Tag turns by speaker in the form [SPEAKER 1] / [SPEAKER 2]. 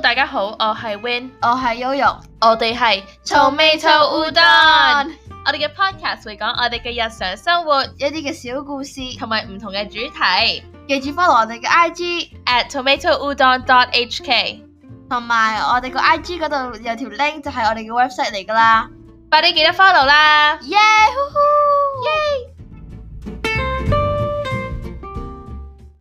[SPEAKER 1] 大家好，我係 Win，
[SPEAKER 2] 我係 Yoyo，
[SPEAKER 1] 我哋係
[SPEAKER 2] Tomato Udon
[SPEAKER 1] 我哋嘅 podcast 會講我哋嘅日常生活
[SPEAKER 2] 一啲嘅小故事，
[SPEAKER 1] 同埋唔同嘅主題。
[SPEAKER 2] 記住 follow 我哋嘅 IG，
[SPEAKER 1] at tomato udon dot hk，
[SPEAKER 2] 同埋我哋個 IG 嗰度有條 link 就係我哋嘅 website 嚟㗎啦。
[SPEAKER 1] 快啲記得 follow 啦！
[SPEAKER 2] 耶、呼呼！